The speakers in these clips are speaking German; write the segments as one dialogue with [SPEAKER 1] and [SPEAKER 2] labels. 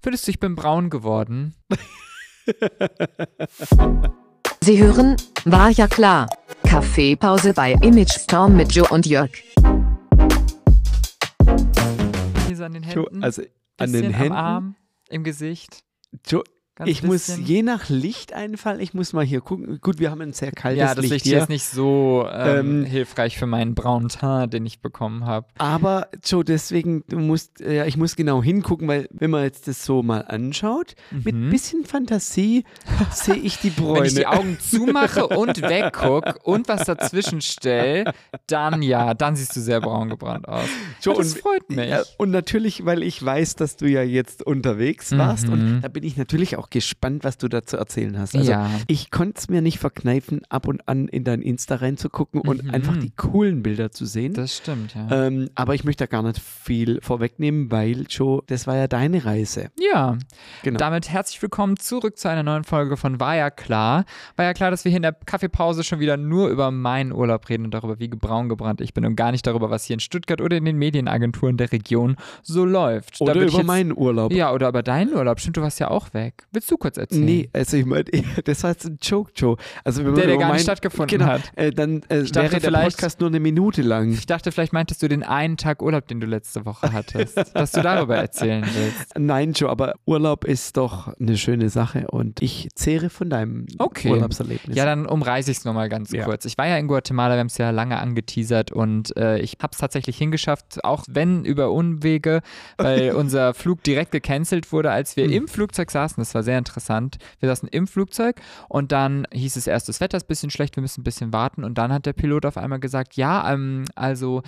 [SPEAKER 1] Findest du, ich bin braun geworden?
[SPEAKER 2] Sie hören, war ja klar. Kaffeepause bei Image Storm mit Joe und Jörg.
[SPEAKER 1] Hier so an den
[SPEAKER 3] Jo,
[SPEAKER 1] Händen,
[SPEAKER 3] also an
[SPEAKER 1] bisschen
[SPEAKER 3] den Händen.
[SPEAKER 1] am Arm, im Gesicht.
[SPEAKER 3] Jo,
[SPEAKER 1] ganz
[SPEAKER 3] ich muss
[SPEAKER 1] bisschen.
[SPEAKER 3] je nach Lichteinfall, ich muss mal hier gucken. Gut, wir haben ein sehr kaltes
[SPEAKER 1] ja, das Licht hier ist nicht so ähm,
[SPEAKER 3] Ähm,
[SPEAKER 1] hilfreich für meinen braunen Teint, den ich bekommen habe.
[SPEAKER 3] Aber Joe, deswegen, du musst, äh, ja, ich muss genau hingucken, weil wenn man jetzt das so mal anschaut, mit
[SPEAKER 1] Mhm.
[SPEAKER 3] ein bisschen Fantasie sehe ich die Bräune.
[SPEAKER 1] Wenn ich die Augen zumache und wegguck und was dazwischen stelle, dann ja, dann siehst du sehr braun gebrannt aus.
[SPEAKER 3] Joe,
[SPEAKER 1] Aber das freut mich.
[SPEAKER 3] Ja, und natürlich, weil ich weiß, dass du ja jetzt unterwegs warst
[SPEAKER 1] Mhm.
[SPEAKER 3] und da bin ich natürlich auch gespannt, was du da zu erzählen hast. Also
[SPEAKER 1] Ja.
[SPEAKER 3] ich konnte es mir nicht verkneifen, ab und an in dein Insta reinzugucken und
[SPEAKER 1] Mhm.
[SPEAKER 3] einfach die coolen Bilder zu sehen.
[SPEAKER 1] Das stimmt, ja.
[SPEAKER 3] Ähm, aber ich möchte da gar nicht viel vorwegnehmen, weil Joe, das war ja deine Reise.
[SPEAKER 1] Ja,
[SPEAKER 3] Genau.
[SPEAKER 1] damit herzlich willkommen zurück zu einer neuen Folge von War ja klar. War ja klar, dass wir hier in der Kaffeepause schon wieder nur über meinen Urlaub reden und darüber, wie braun gebrannt ich bin und gar nicht darüber, was hier in Stuttgart oder in den Medienagenturen der Region so läuft. Da
[SPEAKER 3] Oder
[SPEAKER 1] würde ich
[SPEAKER 3] über
[SPEAKER 1] jetzt-
[SPEAKER 3] meinen Urlaub.
[SPEAKER 1] Ja, oder über deinen Urlaub. Stimmt, du warst ja auch weg. Willst du kurz erzählen?
[SPEAKER 3] Nee, also ich meine, das war jetzt ein Joke, Joe. Also wenn man
[SPEAKER 1] Der, der
[SPEAKER 3] über
[SPEAKER 1] gar nicht
[SPEAKER 3] meinen-
[SPEAKER 1] stattgefunden
[SPEAKER 3] genau,
[SPEAKER 1] hat.
[SPEAKER 3] Äh, dann äh,
[SPEAKER 1] dachte
[SPEAKER 3] wäre der
[SPEAKER 1] vielleicht-
[SPEAKER 3] Podcast nur eine Minute lang.
[SPEAKER 1] Ich dachte, vielleicht meintest du den einen Tag Urlaub, den du letzte Woche hattest, dass du darüber erzählen willst.
[SPEAKER 3] Nein, Joe, aber Urlaub ist doch eine schöne Sache und ich zehre von deinem
[SPEAKER 1] Okay.
[SPEAKER 3] Urlaubserlebnis.
[SPEAKER 1] Ja, dann umreiße ich es nochmal ganz
[SPEAKER 3] Ja.
[SPEAKER 1] kurz. Ich war ja in Guatemala, wir haben es ja lange angeteasert und äh, ich habe es tatsächlich hingeschafft, auch wenn über Unwege, weil unser Flug direkt gecancelt wurde, als wir im Flugzeug saßen. Das war sehr interessant. Wir saßen im Flugzeug und dann hieß es erst, das Wetter ist ein bisschen schlecht, wir müssen ein bisschen warten und dann hat der Pilot auf einmal gesagt, ja, ähm, also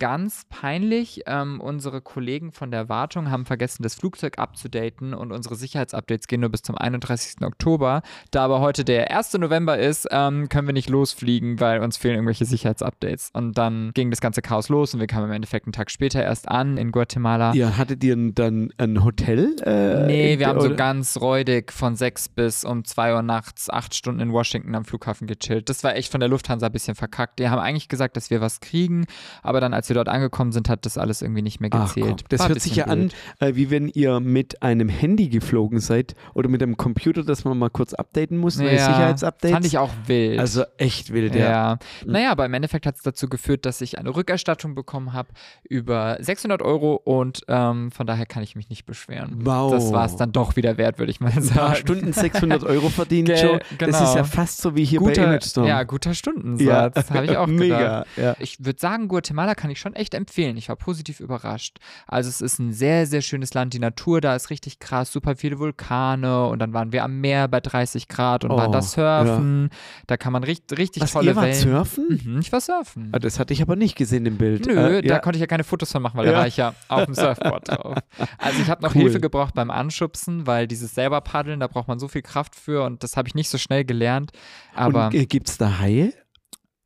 [SPEAKER 1] ganz peinlich. Ähm, unsere Kollegen von der Wartung haben vergessen, das Flugzeug abzudaten und unsere Sicherheitsupdates gehen nur bis zum 31. Oktober. Da aber heute der 1. November ist, ähm, können wir nicht losfliegen, weil uns fehlen irgendwelche Sicherheitsupdates. Und dann ging das ganze Chaos los und wir kamen im Endeffekt einen Tag später erst an in Guatemala.
[SPEAKER 3] Ihr hattet ihr dann ein Hotel? Äh,
[SPEAKER 1] Nee,
[SPEAKER 3] in-
[SPEAKER 1] wir haben so
[SPEAKER 3] oder-
[SPEAKER 1] ganz räudig von 6 bis um 2 Uhr nachts acht Stunden in Washington am Flughafen gechillt. Das war echt von der Lufthansa ein bisschen verkackt. Die haben eigentlich gesagt, dass wir was kriegen, aber dann, als wir dort angekommen sind, hat das alles irgendwie nicht mehr
[SPEAKER 3] Ach,
[SPEAKER 1] gezählt.
[SPEAKER 3] komm, das
[SPEAKER 1] War ein
[SPEAKER 3] hört sich ja
[SPEAKER 1] bisschen
[SPEAKER 3] an,
[SPEAKER 1] blöd.
[SPEAKER 3] äh, wie wenn ihr mit einem Handy geflogen seid oder mit einem Computer, das man mal kurz updaten muss, neue
[SPEAKER 1] Ja,
[SPEAKER 3] Sicherheitsupdates.
[SPEAKER 1] Fand ich auch wild.
[SPEAKER 3] also Hm. echt wild, ja.
[SPEAKER 1] Ja. Naja, aber im Endeffekt hat es dazu geführt, dass ich eine Rückerstattung bekommen habe über 600 Euro und ähm, von daher kann ich mich nicht beschweren.
[SPEAKER 3] Wow.
[SPEAKER 1] Das war es dann doch wieder wert, würde ich mal
[SPEAKER 3] Ein paar
[SPEAKER 1] sagen.
[SPEAKER 3] Stunden 600 Euro verdient,
[SPEAKER 1] Gell,
[SPEAKER 3] Joe. Das
[SPEAKER 1] genau.
[SPEAKER 3] ist ja fast so wie hier bei Image Storm.
[SPEAKER 1] ja, guter Stundensatz, habe ich auch gedacht.
[SPEAKER 3] Mega, ja.
[SPEAKER 1] Ich würde sagen, Guatemala kann ich schon echt empfehlen. Ich war positiv überrascht. Also es ist ein sehr, sehr schönes Land. Die Natur da ist richtig krass, super viele Vulkane und dann waren wir am Meer bei 30 Grad und
[SPEAKER 3] Oh,
[SPEAKER 1] waren da surfen. Da kann man richtig, richtig
[SPEAKER 3] Was,
[SPEAKER 1] tolle
[SPEAKER 3] ihr wart
[SPEAKER 1] Wellen.
[SPEAKER 3] surfen?
[SPEAKER 1] Mhm, ich war surfen.
[SPEAKER 3] Ah, das hatte ich aber nicht gesehen im Bild.
[SPEAKER 1] Nö,
[SPEAKER 3] Äh,
[SPEAKER 1] da
[SPEAKER 3] ja.
[SPEAKER 1] konnte ich ja keine Fotos von machen, weil da
[SPEAKER 3] Ja.
[SPEAKER 1] war ich ja auf dem Surfboard drauf. Also ich habe noch
[SPEAKER 3] Cool.
[SPEAKER 1] Hilfe gebraucht beim Anschubsen, weil dieses selber Paddeln, da braucht man so viel Kraft für und das habe ich nicht so schnell gelernt. Aber
[SPEAKER 3] Und äh, gibt es da Haie?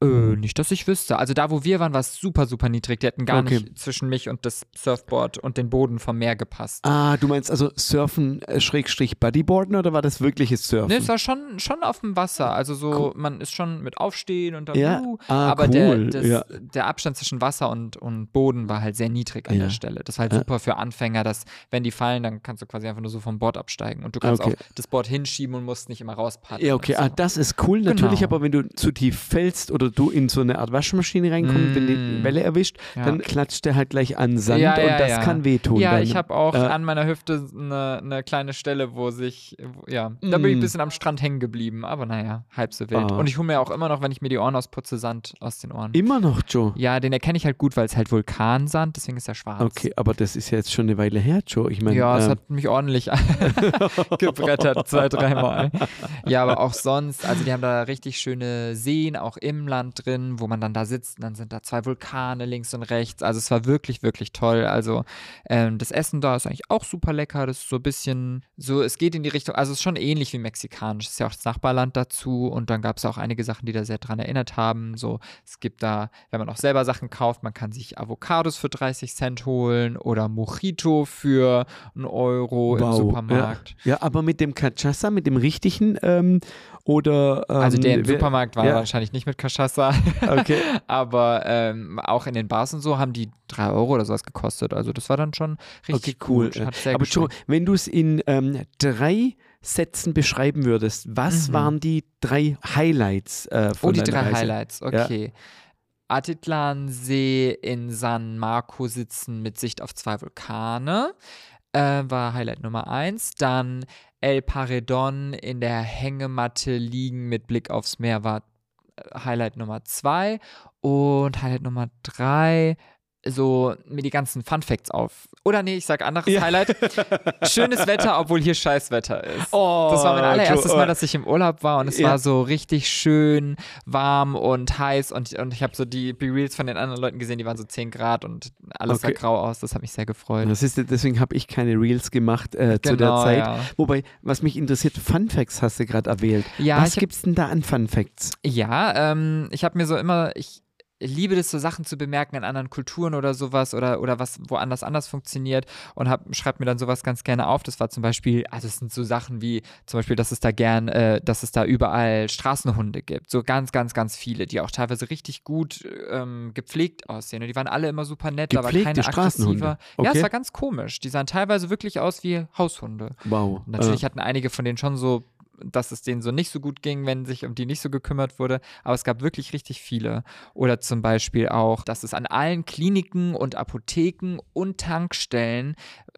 [SPEAKER 1] Äh,
[SPEAKER 3] Mhm.
[SPEAKER 1] nicht, dass ich wüsste. Also da, wo wir waren, war es super, super niedrig. Die hatten gar
[SPEAKER 3] Okay.
[SPEAKER 1] nicht zwischen mich und das Surfboard und den Boden vom Meer gepasst.
[SPEAKER 3] Ah, du meinst also Surfen, äh, Schrägstrich Bodyboarden oder war das wirkliches Surfen?
[SPEAKER 1] Ne, es war schon, schon auf dem Wasser. Also so, man ist schon mit Aufstehen und dann,
[SPEAKER 3] Ja.
[SPEAKER 1] uh,
[SPEAKER 3] Ah,
[SPEAKER 1] aber
[SPEAKER 3] cool,
[SPEAKER 1] der, das,
[SPEAKER 3] ja.
[SPEAKER 1] der Abstand zwischen Wasser und, und Boden war halt sehr niedrig an
[SPEAKER 3] Ja.
[SPEAKER 1] der Stelle. Das war halt
[SPEAKER 3] Ja.
[SPEAKER 1] super für Anfänger, dass wenn die fallen, dann kannst du quasi einfach nur so vom Board absteigen und du kannst
[SPEAKER 3] Okay.
[SPEAKER 1] auch das Board hinschieben und musst nicht immer rauspaddeln. Also
[SPEAKER 3] ja, okay,
[SPEAKER 1] und so.
[SPEAKER 3] ah, das ist cool. Natürlich,
[SPEAKER 1] Genau.
[SPEAKER 3] aber wenn du zu tief fällst oder du in so eine Art Waschmaschine reinkommst, wenn
[SPEAKER 1] Mm.
[SPEAKER 3] die Welle erwischt,
[SPEAKER 1] Ja.
[SPEAKER 3] dann klatscht der halt gleich an Sand
[SPEAKER 1] Ja, ja,
[SPEAKER 3] und das
[SPEAKER 1] ja.
[SPEAKER 3] kann wehtun.
[SPEAKER 1] Ja,
[SPEAKER 3] dann.
[SPEAKER 1] ich habe auch
[SPEAKER 3] äh,
[SPEAKER 1] an meiner Hüfte eine ne kleine Stelle, wo sich, wo, ja, da bin ich ein
[SPEAKER 3] Mm.
[SPEAKER 1] bisschen am Strand hängen geblieben, aber naja, halb so wild.
[SPEAKER 3] Ah.
[SPEAKER 1] Und ich hole mir auch immer noch, wenn ich mir die Ohren ausputze, Sand aus den Ohren.
[SPEAKER 3] Immer noch, Joe.
[SPEAKER 1] ja, den erkenne ich halt gut, weil es halt Vulkansand, deswegen ist er schwarz.
[SPEAKER 3] Okay, aber das ist ja jetzt schon eine Weile her, Joe. Ich meine,
[SPEAKER 1] Ja, es
[SPEAKER 3] ähm,
[SPEAKER 1] hat mich ordentlich gebrettert, zwei, dreimal. Ja, aber auch sonst, also die haben da richtig schöne Seen, auch im Land drin, wo man dann da sitzt und dann sind da zwei Vulkane links und rechts. Also es war wirklich, wirklich toll. Also ähm, das Essen da ist eigentlich auch super lecker. Das ist so ein bisschen so, es geht in die Richtung, also es ist schon ähnlich wie mexikanisch. Es ist ja auch das Nachbarland dazu und dann gab es auch einige Sachen, die da sehr dran erinnert haben. So, es gibt da, wenn man auch selber Sachen kauft, man kann sich Avocados für 30 Cent holen oder Mojito für einen Euro im
[SPEAKER 3] wow,
[SPEAKER 1] Supermarkt.
[SPEAKER 3] Ja. ja, aber mit dem Cachaça, mit dem richtigen ähm, oder. Ähm,
[SPEAKER 1] Also der im
[SPEAKER 3] wer-
[SPEAKER 1] Supermarkt war
[SPEAKER 3] Ähm, ja.
[SPEAKER 1] wahrscheinlich nicht mit Cachaça, Wasser.
[SPEAKER 3] Okay.
[SPEAKER 1] Aber ähm, auch in den Bars und so haben die 3 Euro oder sowas gekostet. Also das war dann schon
[SPEAKER 3] Okay,
[SPEAKER 1] richtig
[SPEAKER 3] cool.
[SPEAKER 1] Gut. Hat sehr
[SPEAKER 3] Aber
[SPEAKER 1] geschmeckt.
[SPEAKER 3] Joe, wenn du es in ähm, drei Sätzen beschreiben würdest, was
[SPEAKER 1] Mhm.
[SPEAKER 3] waren die drei Highlights äh, von
[SPEAKER 1] Oh, die drei
[SPEAKER 3] deiner Reise?
[SPEAKER 1] Highlights,
[SPEAKER 3] Ja.
[SPEAKER 1] okay. Atitlansee in San Marco sitzen mit Sicht auf zwei Vulkane äh, war Highlight Nummer eins. Dann El Paredon in der Hängematte liegen mit Blick aufs Meer war äh, Highlight Nummer zwei. Und Highlight Nummer drei, so mir die ganzen Fun Facts auf. Oder nee, ich sag anderes
[SPEAKER 3] Ja.
[SPEAKER 1] Highlight. Schönes Wetter, obwohl hier Scheißwetter ist.
[SPEAKER 3] Oh,
[SPEAKER 1] Das war mein allererstes
[SPEAKER 3] Joe,
[SPEAKER 1] Mal, dass ich im Urlaub war und es
[SPEAKER 3] Ja.
[SPEAKER 1] war so richtig schön warm und heiß und, und ich habe so die Be-Reels von den anderen Leuten gesehen, die waren so 10 Grad und alles
[SPEAKER 3] Okay.
[SPEAKER 1] sah grau aus. Das hat mich sehr gefreut.
[SPEAKER 3] Das ist, deswegen habe ich keine Reels gemacht äh, zu der
[SPEAKER 1] Genau,
[SPEAKER 3] Zeit.
[SPEAKER 1] ja.
[SPEAKER 3] Wobei, was mich interessiert, Fun Facts hast du gerade erwähnt.
[SPEAKER 1] Ja,
[SPEAKER 3] was
[SPEAKER 1] ich hab-
[SPEAKER 3] gibt's denn da an Fun Facts?
[SPEAKER 1] Ja, ähm, ich habe mir so immer, ich liebe das, so Sachen zu bemerken in anderen Kulturen oder sowas oder, oder was woanders anders funktioniert und hab, schreibe mir dann sowas ganz gerne auf. Das war zum Beispiel, also es sind so Sachen wie zum Beispiel, dass es da gern, äh, dass es da überall Straßenhunde gibt. So ganz, ganz, ganz viele, die auch teilweise richtig gut ähm, gepflegt aussehen. Und die waren alle immer super nett, da war
[SPEAKER 3] Gepflegte
[SPEAKER 1] keine
[SPEAKER 3] Straßenhunde?
[SPEAKER 1] aggressiver. Ja,
[SPEAKER 3] Okay.
[SPEAKER 1] es war ganz komisch. Die sahen teilweise wirklich aus wie Haushunde.
[SPEAKER 3] Wow.
[SPEAKER 1] Und Natürlich hatten einige von denen schon so, dass es denen so nicht so gut ging, wenn sich um die nicht so gekümmert wurde. Aber es gab wirklich richtig viele. Oder zum Beispiel auch, dass es an allen Kliniken und Apotheken und Tankstellen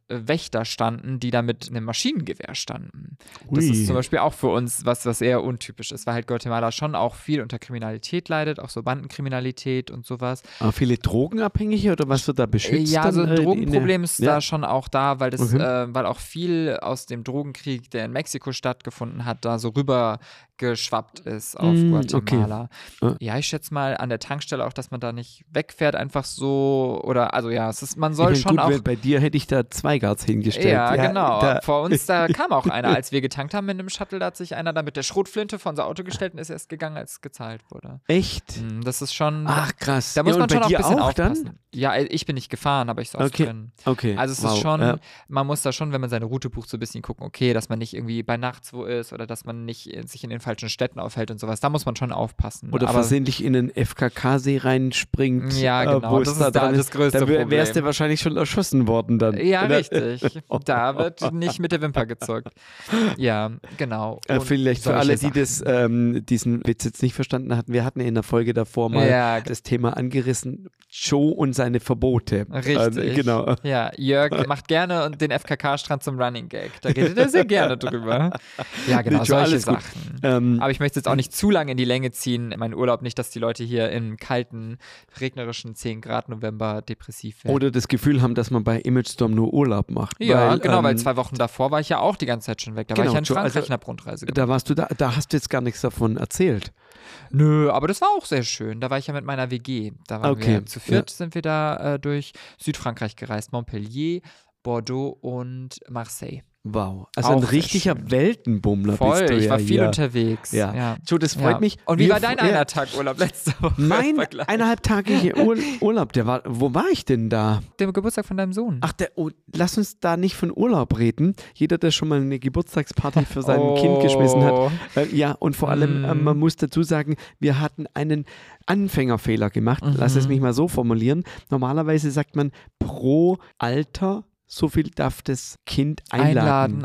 [SPEAKER 1] äh, Wächter standen, die da mit einem Maschinengewehr standen. Das
[SPEAKER 3] Äh, Ui.
[SPEAKER 1] ist zum Beispiel auch für uns was, was eher untypisch ist, weil halt Guatemala schon auch viel unter Kriminalität leidet, auch so Bandenkriminalität und sowas.
[SPEAKER 3] Ah, viele Drogenabhängige oder was wird da beschützt?
[SPEAKER 1] Ja,
[SPEAKER 3] dann,
[SPEAKER 1] so ein
[SPEAKER 3] äh, in
[SPEAKER 1] Drogenproblem
[SPEAKER 3] der-
[SPEAKER 1] ist
[SPEAKER 3] ja.
[SPEAKER 1] da schon auch da, weil das,
[SPEAKER 3] Okay.
[SPEAKER 1] äh, weil auch viel aus dem Drogenkrieg, der in Mexiko stattgefunden hat, da so rüber geschwappt ist auf
[SPEAKER 3] Mm,
[SPEAKER 1] Guatemala.
[SPEAKER 3] Ah.
[SPEAKER 1] Ja, ich schätze mal an der Tankstelle auch, dass man da nicht wegfährt, einfach so oder also ja, es ist, man soll
[SPEAKER 3] ich
[SPEAKER 1] schon
[SPEAKER 3] mein, gut,
[SPEAKER 1] auch.
[SPEAKER 3] wenn- Bei dir hätte ich da zwei Guards hingestellt.
[SPEAKER 1] Ja, genau.
[SPEAKER 3] Da,
[SPEAKER 1] Vor uns, da kam auch einer, als wir getankt haben in einem Shuttle, da hat sich einer da mit der Schrotflinte vor unser Auto gestellt und ist erst gegangen, als gezahlt wurde.
[SPEAKER 3] echt?
[SPEAKER 1] Hm, Das ist schon,
[SPEAKER 3] Ach, krass.
[SPEAKER 1] da muss
[SPEAKER 3] ja,
[SPEAKER 1] man
[SPEAKER 3] und
[SPEAKER 1] schon
[SPEAKER 3] bei
[SPEAKER 1] auch ein
[SPEAKER 3] dir
[SPEAKER 1] bisschen
[SPEAKER 3] auch
[SPEAKER 1] aufpassen.
[SPEAKER 3] Dann?
[SPEAKER 1] Ja, ich bin nicht gefahren, aber ich saß
[SPEAKER 3] Okay.
[SPEAKER 1] drin.
[SPEAKER 3] Okay.
[SPEAKER 1] Also es
[SPEAKER 3] wow.
[SPEAKER 1] ist schon,
[SPEAKER 3] Ja.
[SPEAKER 1] man muss da schon, wenn man seine Route bucht, so ein bisschen gucken, okay, dass man nicht irgendwie bei nachts wo ist oder dass man nicht äh, sich in den falschen Städten aufhält und sowas. Da muss man schon aufpassen.
[SPEAKER 3] Oder
[SPEAKER 1] Aber
[SPEAKER 3] versehentlich in einen FKK-See reinspringt.
[SPEAKER 1] Ja,
[SPEAKER 3] äh,
[SPEAKER 1] genau.
[SPEAKER 3] Wo
[SPEAKER 1] Das
[SPEAKER 3] es
[SPEAKER 1] ist
[SPEAKER 3] da
[SPEAKER 1] da
[SPEAKER 3] dran
[SPEAKER 1] das größte
[SPEAKER 3] Da wär- wärst
[SPEAKER 1] Problem.
[SPEAKER 3] du wahrscheinlich schon erschossen worden dann.
[SPEAKER 1] ja,
[SPEAKER 3] Oder? äh,
[SPEAKER 1] richtig. Da wird nicht mit der Wimper gezuckt. Ja, genau.
[SPEAKER 3] Äh,
[SPEAKER 1] Und
[SPEAKER 3] vielleicht für
[SPEAKER 1] solche
[SPEAKER 3] alle, die
[SPEAKER 1] Sachen.
[SPEAKER 3] das, ähm, diesen Witz jetzt nicht verstanden hatten. Wir hatten ja in der Folge davor mal
[SPEAKER 1] Ja,
[SPEAKER 3] das Thema angerissen. Joe und seine Verbote.
[SPEAKER 1] Richtig.
[SPEAKER 3] Also, genau.
[SPEAKER 1] Ja, Jörg macht gerne und den FKK-Strand zum Running Gag. Da redet er sehr gerne drüber. Ja, genau,
[SPEAKER 3] Nee, Joe,
[SPEAKER 1] solche
[SPEAKER 3] alles gut.
[SPEAKER 1] Sachen.
[SPEAKER 3] Ähm,
[SPEAKER 1] Aber ich möchte jetzt auch nicht zu lange in die Länge ziehen, meinen Urlaub, nicht, dass die Leute hier im kalten, regnerischen 10 Grad November depressiv werden.
[SPEAKER 3] oder das Gefühl haben, dass man bei Image Storm nur Urlaub macht.
[SPEAKER 1] ja,
[SPEAKER 3] weil,
[SPEAKER 1] genau, weil
[SPEAKER 3] ähm,
[SPEAKER 1] zwei Wochen davor war ich ja auch die ganze Zeit schon weg. Da
[SPEAKER 3] Genau,
[SPEAKER 1] war ich ja in
[SPEAKER 3] Joe,
[SPEAKER 1] Frankreich
[SPEAKER 3] also-
[SPEAKER 1] in der Brundreise.
[SPEAKER 3] Da warst du da, da hast du jetzt gar nichts davon erzählt.
[SPEAKER 1] Nö, aber das war auch sehr schön. Da war ich ja mit meiner WG. Da waren
[SPEAKER 3] Okay,
[SPEAKER 1] wir zu viert, sind wir da äh, durch Südfrankreich gereist. Montpellier, Bordeaux und Marseille.
[SPEAKER 3] Wow. Also
[SPEAKER 1] Auch
[SPEAKER 3] ein
[SPEAKER 1] sehr
[SPEAKER 3] richtiger
[SPEAKER 1] schön.
[SPEAKER 3] Weltenbummler
[SPEAKER 1] Voll,
[SPEAKER 3] bist du
[SPEAKER 1] ich
[SPEAKER 3] ja,
[SPEAKER 1] war viel
[SPEAKER 3] ja.
[SPEAKER 1] unterwegs.
[SPEAKER 3] Ja.
[SPEAKER 1] ja.
[SPEAKER 3] Joe, das freut
[SPEAKER 1] Ja.
[SPEAKER 3] mich.
[SPEAKER 1] Und wie
[SPEAKER 3] Wir
[SPEAKER 1] war dein
[SPEAKER 3] fre- ja.
[SPEAKER 1] einer Tag Urlaub letzte Woche? im
[SPEAKER 3] Mein
[SPEAKER 1] Vergleich?
[SPEAKER 3] eineinhalb Tage hier Ur Urlaub, der war, wo war ich denn da?
[SPEAKER 1] Dem Geburtstag von deinem Sohn.
[SPEAKER 3] Ach, der, oh, lass uns da nicht von Urlaub reden. Jeder, der schon mal eine Geburtstagsparty für sein
[SPEAKER 1] Oh.
[SPEAKER 3] Kind geschmissen hat. Äh, ja, und vor allem,
[SPEAKER 1] Mm.
[SPEAKER 3] äh, man muss dazu sagen, wir hatten einen Anfängerfehler gemacht.
[SPEAKER 1] Mhm.
[SPEAKER 3] Lass es mich mal so formulieren. Normalerweise sagt man pro Alter, so viel darf das Kind einladen.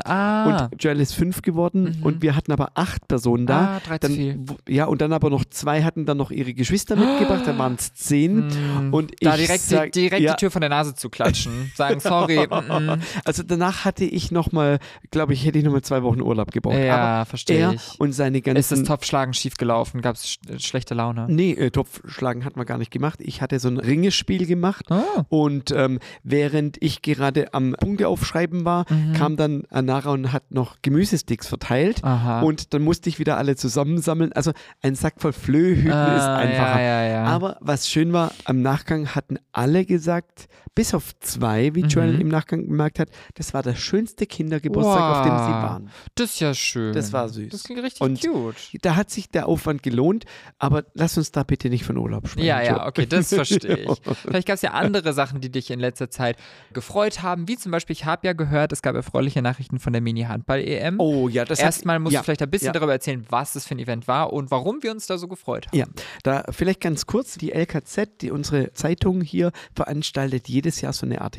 [SPEAKER 1] einladen. Ah.
[SPEAKER 3] Und Joel ist fünf geworden
[SPEAKER 1] Mhm.
[SPEAKER 3] und wir hatten aber acht Personen da.
[SPEAKER 1] Ah, drei zu
[SPEAKER 3] dann,
[SPEAKER 1] viel.
[SPEAKER 3] w- Ja, und dann aber noch zwei hatten dann noch ihre Geschwister mitgebracht, dann waren es zehn. mhm. Und ich
[SPEAKER 1] Mhm. Mm. da direkt, die-
[SPEAKER 3] sag,
[SPEAKER 1] direkt
[SPEAKER 3] ja,
[SPEAKER 1] die Tür von der Nase zu klatschen. Sagen, sorry. mm,
[SPEAKER 3] Also danach hatte ich nochmal, glaube ich, hätte ich nochmal zwei Wochen Urlaub
[SPEAKER 1] mm.
[SPEAKER 3] gebraucht.
[SPEAKER 1] Ja,
[SPEAKER 3] aber er
[SPEAKER 1] verstehe ich.
[SPEAKER 3] und seine ganzen.
[SPEAKER 1] Ist das Topfschlagen schief gelaufen? Gab es sch äh, schlechte Laune?
[SPEAKER 3] Nee, äh, Topfschlagen hat man gar nicht gemacht. Ich hatte so ein Ringespiel gemacht.
[SPEAKER 1] Oh.
[SPEAKER 3] Und ähm, während ich gerade am Punkte aufschreiben war,
[SPEAKER 1] Mhm.
[SPEAKER 3] kam dann Anara und hat noch Gemüsesticks verteilt.
[SPEAKER 1] Aha.
[SPEAKER 3] Und dann musste ich wieder alle zusammensammeln. Also ein Sack voll Flöhüten ist
[SPEAKER 1] Ah,
[SPEAKER 3] einfacher.
[SPEAKER 1] Ja, ja, ja.
[SPEAKER 3] Aber was schön war, am Nachgang hatten alle gesagt, bis auf zwei, wie Joel
[SPEAKER 1] Mhm.
[SPEAKER 3] im Nachgang gemerkt hat, das war der schönste Kindergeburtstag, auf dem sie
[SPEAKER 1] Wow.
[SPEAKER 3] waren.
[SPEAKER 1] das ist ja schön.
[SPEAKER 3] Das war süß.
[SPEAKER 1] Das klingt richtig
[SPEAKER 3] Und-
[SPEAKER 1] cute.
[SPEAKER 3] Da hat sich der Aufwand gelohnt, aber lass uns da bitte nicht von Urlaub sprechen.
[SPEAKER 1] Ja,
[SPEAKER 3] Joe.
[SPEAKER 1] ja, okay, das verstehe ich. Vielleicht gab es ja andere Sachen, die dich in letzter Zeit gefreut haben, haben, wie zum Beispiel, ich habe ja gehört, es gab erfreuliche Nachrichten von der Mini-Handball-EM.
[SPEAKER 3] Oh ja, das hat-
[SPEAKER 1] Erstmal musst
[SPEAKER 3] ja,
[SPEAKER 1] du vielleicht ein bisschen
[SPEAKER 3] ja.
[SPEAKER 1] darüber erzählen, was das für ein Event war und warum wir uns da so gefreut haben.
[SPEAKER 3] Ja, da vielleicht ganz kurz, die LKZ, die unsere Zeitung hier veranstaltet jedes Jahr so eine Art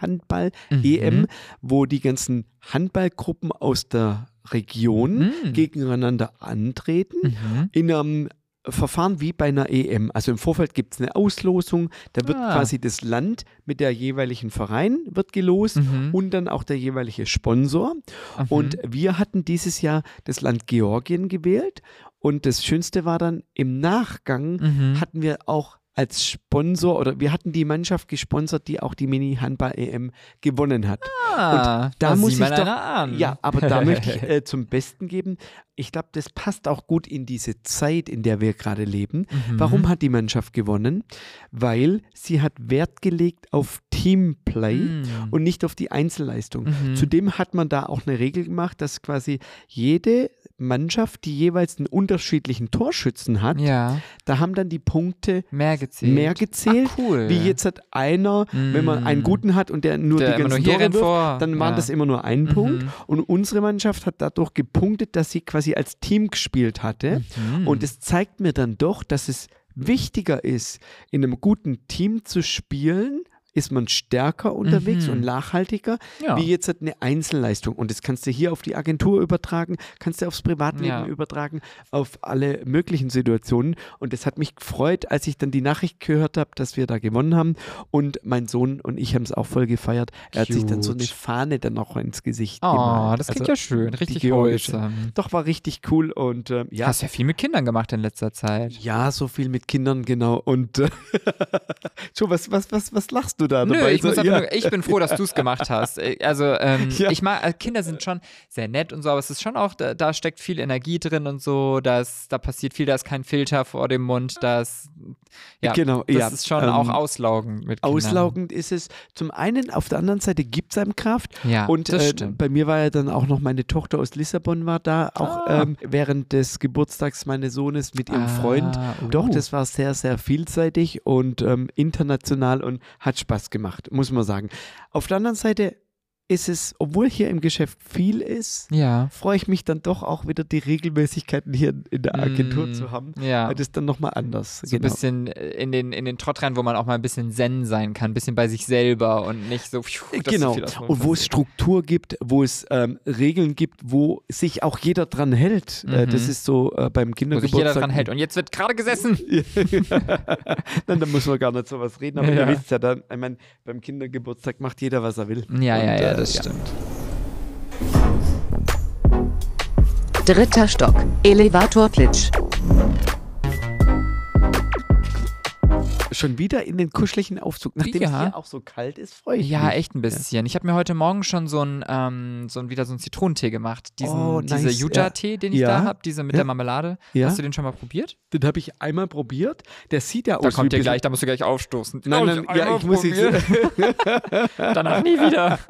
[SPEAKER 1] Mhm.
[SPEAKER 3] Mini-Handball-EM, wo die ganzen Handballgruppen aus der Region
[SPEAKER 1] Mhm.
[SPEAKER 3] gegeneinander antreten in einem Verfahren wie bei einer EM. Also im Vorfeld gibt es eine Auslosung, da wird
[SPEAKER 1] Ah.
[SPEAKER 3] quasi das Land mit der jeweiligen Verein wird gelost
[SPEAKER 1] Mhm.
[SPEAKER 3] und dann auch der jeweilige Sponsor.
[SPEAKER 1] Mhm.
[SPEAKER 3] Und wir hatten dieses Jahr das Land Georgien gewählt und das Schönste war dann im Nachgang
[SPEAKER 1] Mhm.
[SPEAKER 3] hatten wir auch als Sponsor oder wir hatten die Mannschaft gesponsert, die auch die Mini-Handball-EM gewonnen hat.
[SPEAKER 1] Ah,
[SPEAKER 3] da
[SPEAKER 1] sieht
[SPEAKER 3] muss ich
[SPEAKER 1] man
[SPEAKER 3] doch-
[SPEAKER 1] einer an.
[SPEAKER 3] Ja, aber da möchte ich äh, zum Besten geben. Ich glaube, das passt auch gut in diese Zeit, in der wir gerade leben.
[SPEAKER 1] Mhm.
[SPEAKER 3] Warum hat die Mannschaft gewonnen? Weil sie hat Wert gelegt auf Teamplay
[SPEAKER 1] Mhm.
[SPEAKER 3] und nicht auf die Einzelleistung.
[SPEAKER 1] Mhm.
[SPEAKER 3] Zudem hat man da auch eine Regel gemacht, dass quasi jede Mannschaft, die jeweils einen unterschiedlichen Torschützen hat,
[SPEAKER 1] ja,
[SPEAKER 3] da haben dann die Punkte
[SPEAKER 1] mehr gezählt.
[SPEAKER 3] mehr gezählt.
[SPEAKER 1] Ah, cool.
[SPEAKER 3] Wie jetzt hat einer, wenn man einen
[SPEAKER 1] Mm.
[SPEAKER 3] guten hat und der nur
[SPEAKER 1] Der
[SPEAKER 3] die
[SPEAKER 1] immer nur
[SPEAKER 3] ganzen
[SPEAKER 1] hier
[SPEAKER 3] Tore
[SPEAKER 1] rennt
[SPEAKER 3] wirft,
[SPEAKER 1] vor.
[SPEAKER 3] dann waren
[SPEAKER 1] Ja.
[SPEAKER 3] das immer nur ein Punkt.
[SPEAKER 1] Mhm.
[SPEAKER 3] Und unsere Mannschaft hat dadurch gepunktet, dass sie quasi als Team gespielt hatte.
[SPEAKER 1] Mhm.
[SPEAKER 3] Und es zeigt mir dann doch, dass es wichtiger ist, in einem guten Team zu spielen, ist man stärker unterwegs
[SPEAKER 1] Mhm.
[SPEAKER 3] und nachhaltiger,
[SPEAKER 1] ja.
[SPEAKER 3] wie jetzt halt eine Einzelleistung. Und das kannst du hier auf die Agentur übertragen, kannst du aufs Privatleben
[SPEAKER 1] Ja.
[SPEAKER 3] übertragen, auf alle möglichen Situationen. Und das hat mich gefreut, als ich dann die Nachricht gehört habe, dass wir da gewonnen haben. Und mein Sohn und ich haben es auch voll gefeiert. Er hat sich dann so eine
[SPEAKER 1] Cute.
[SPEAKER 3] Fahne dann auch ins Gesicht
[SPEAKER 1] Oh,
[SPEAKER 3] gemalt.
[SPEAKER 1] das klingt
[SPEAKER 3] Also
[SPEAKER 1] ja schön.
[SPEAKER 3] die
[SPEAKER 1] Richtig
[SPEAKER 3] georgische.
[SPEAKER 1] holsam.
[SPEAKER 3] Doch, war richtig cool. Und ähm, ja.
[SPEAKER 1] Hast ja viel mit Kindern gemacht in letzter Zeit.
[SPEAKER 3] Ja, so viel mit Kindern, genau. Und äh, Joe, was, was, was, was lachst du da
[SPEAKER 1] Nö,
[SPEAKER 3] dabei?
[SPEAKER 1] ich,
[SPEAKER 3] Also So,
[SPEAKER 1] muss einfach
[SPEAKER 3] ja.
[SPEAKER 1] nur, ich bin froh, dass du es gemacht hast. Äh, Also, ähm,
[SPEAKER 3] Ja.
[SPEAKER 1] ich mag, äh, Kinder sind schon sehr nett und so, aber es ist schon auch, da, da steckt viel Energie drin und so, dass, da passiert viel, da ist kein Filter vor dem Mund, das, ja,
[SPEAKER 3] Genau,
[SPEAKER 1] das
[SPEAKER 3] ja,
[SPEAKER 1] ist schon
[SPEAKER 3] ähm,
[SPEAKER 1] auch genau. auslaugend mit Kindern.
[SPEAKER 3] Auslaugend ist es zum einen, auf der anderen Seite gibt es einem Kraft.
[SPEAKER 1] Ja,
[SPEAKER 3] und
[SPEAKER 1] das
[SPEAKER 3] äh,
[SPEAKER 1] stimmt.
[SPEAKER 3] bei mir war ja dann auch noch meine Tochter aus Lissabon war da, auch
[SPEAKER 1] Ah.
[SPEAKER 3] ähm, während des Geburtstags meines Sohnes mit ihrem
[SPEAKER 1] Ah,
[SPEAKER 3] Freund.
[SPEAKER 1] uh.
[SPEAKER 3] Doch, das war sehr, sehr vielseitig und ähm, international und hat Spaß gemacht, muss man sagen. Auf der anderen Seite ist es, obwohl hier im Geschäft viel ist,
[SPEAKER 1] Ja.
[SPEAKER 3] freue ich mich dann doch auch wieder die Regelmäßigkeiten hier in der Agentur
[SPEAKER 1] Mm,
[SPEAKER 3] zu haben.
[SPEAKER 1] Ja.
[SPEAKER 3] Weil das dann nochmal anders. genau.
[SPEAKER 1] So ein bisschen äh, in den, in den Trott rein, wo man auch mal ein bisschen zen sein kann, ein bisschen bei sich selber und nicht so. pfiuh, dass so
[SPEAKER 3] genau.
[SPEAKER 1] viel aus dem
[SPEAKER 3] und wo es
[SPEAKER 1] passiert.
[SPEAKER 3] Struktur gibt, wo es ähm, Regeln gibt, wo sich auch jeder dran hält. Äh,
[SPEAKER 1] Mhm.
[SPEAKER 3] das ist so äh, beim
[SPEAKER 1] wo sich jeder
[SPEAKER 3] Kindergeburtstag.
[SPEAKER 1] dran hält. Und jetzt wird gerade gesessen.
[SPEAKER 3] Nein, da muss man gar nicht so was reden. Aber
[SPEAKER 1] Ja.
[SPEAKER 3] ihr wisst ja dann, ich meine, beim Kindergeburtstag macht jeder, was er will.
[SPEAKER 1] Ja,
[SPEAKER 3] Und,
[SPEAKER 1] ja, ja,
[SPEAKER 3] äh,
[SPEAKER 1] das stimmt.
[SPEAKER 2] Dritter Stock. Elevator Pitch.
[SPEAKER 3] Schon wieder in den kuscheligen Aufzug. Nachdem es
[SPEAKER 1] Ja.
[SPEAKER 3] hier auch so kalt ist, freue ich
[SPEAKER 1] Ja,
[SPEAKER 3] mich.
[SPEAKER 1] echt ein bisschen. Ich habe mir heute Morgen schon so ein, ähm, so ein, wieder so einen Zitronentee gemacht. Diesen,
[SPEAKER 3] Oh,
[SPEAKER 1] diese
[SPEAKER 3] nice, ja.
[SPEAKER 1] Utah-Tee, den ich
[SPEAKER 3] Ja.
[SPEAKER 1] da habe, diese mit
[SPEAKER 3] Ja.
[SPEAKER 1] der Marmelade.
[SPEAKER 3] Ja.
[SPEAKER 1] Hast du den schon mal probiert?
[SPEAKER 3] Den habe ich einmal probiert. Der sieht ja aus
[SPEAKER 1] Da
[SPEAKER 3] wie
[SPEAKER 1] kommt dir
[SPEAKER 3] bisschen-
[SPEAKER 1] gleich, da musst du gleich aufstoßen.
[SPEAKER 3] Nein,
[SPEAKER 1] Oh,
[SPEAKER 3] nein, ja,
[SPEAKER 1] einmal
[SPEAKER 3] ich muss jetzt.
[SPEAKER 1] probiert, Danach nie wieder.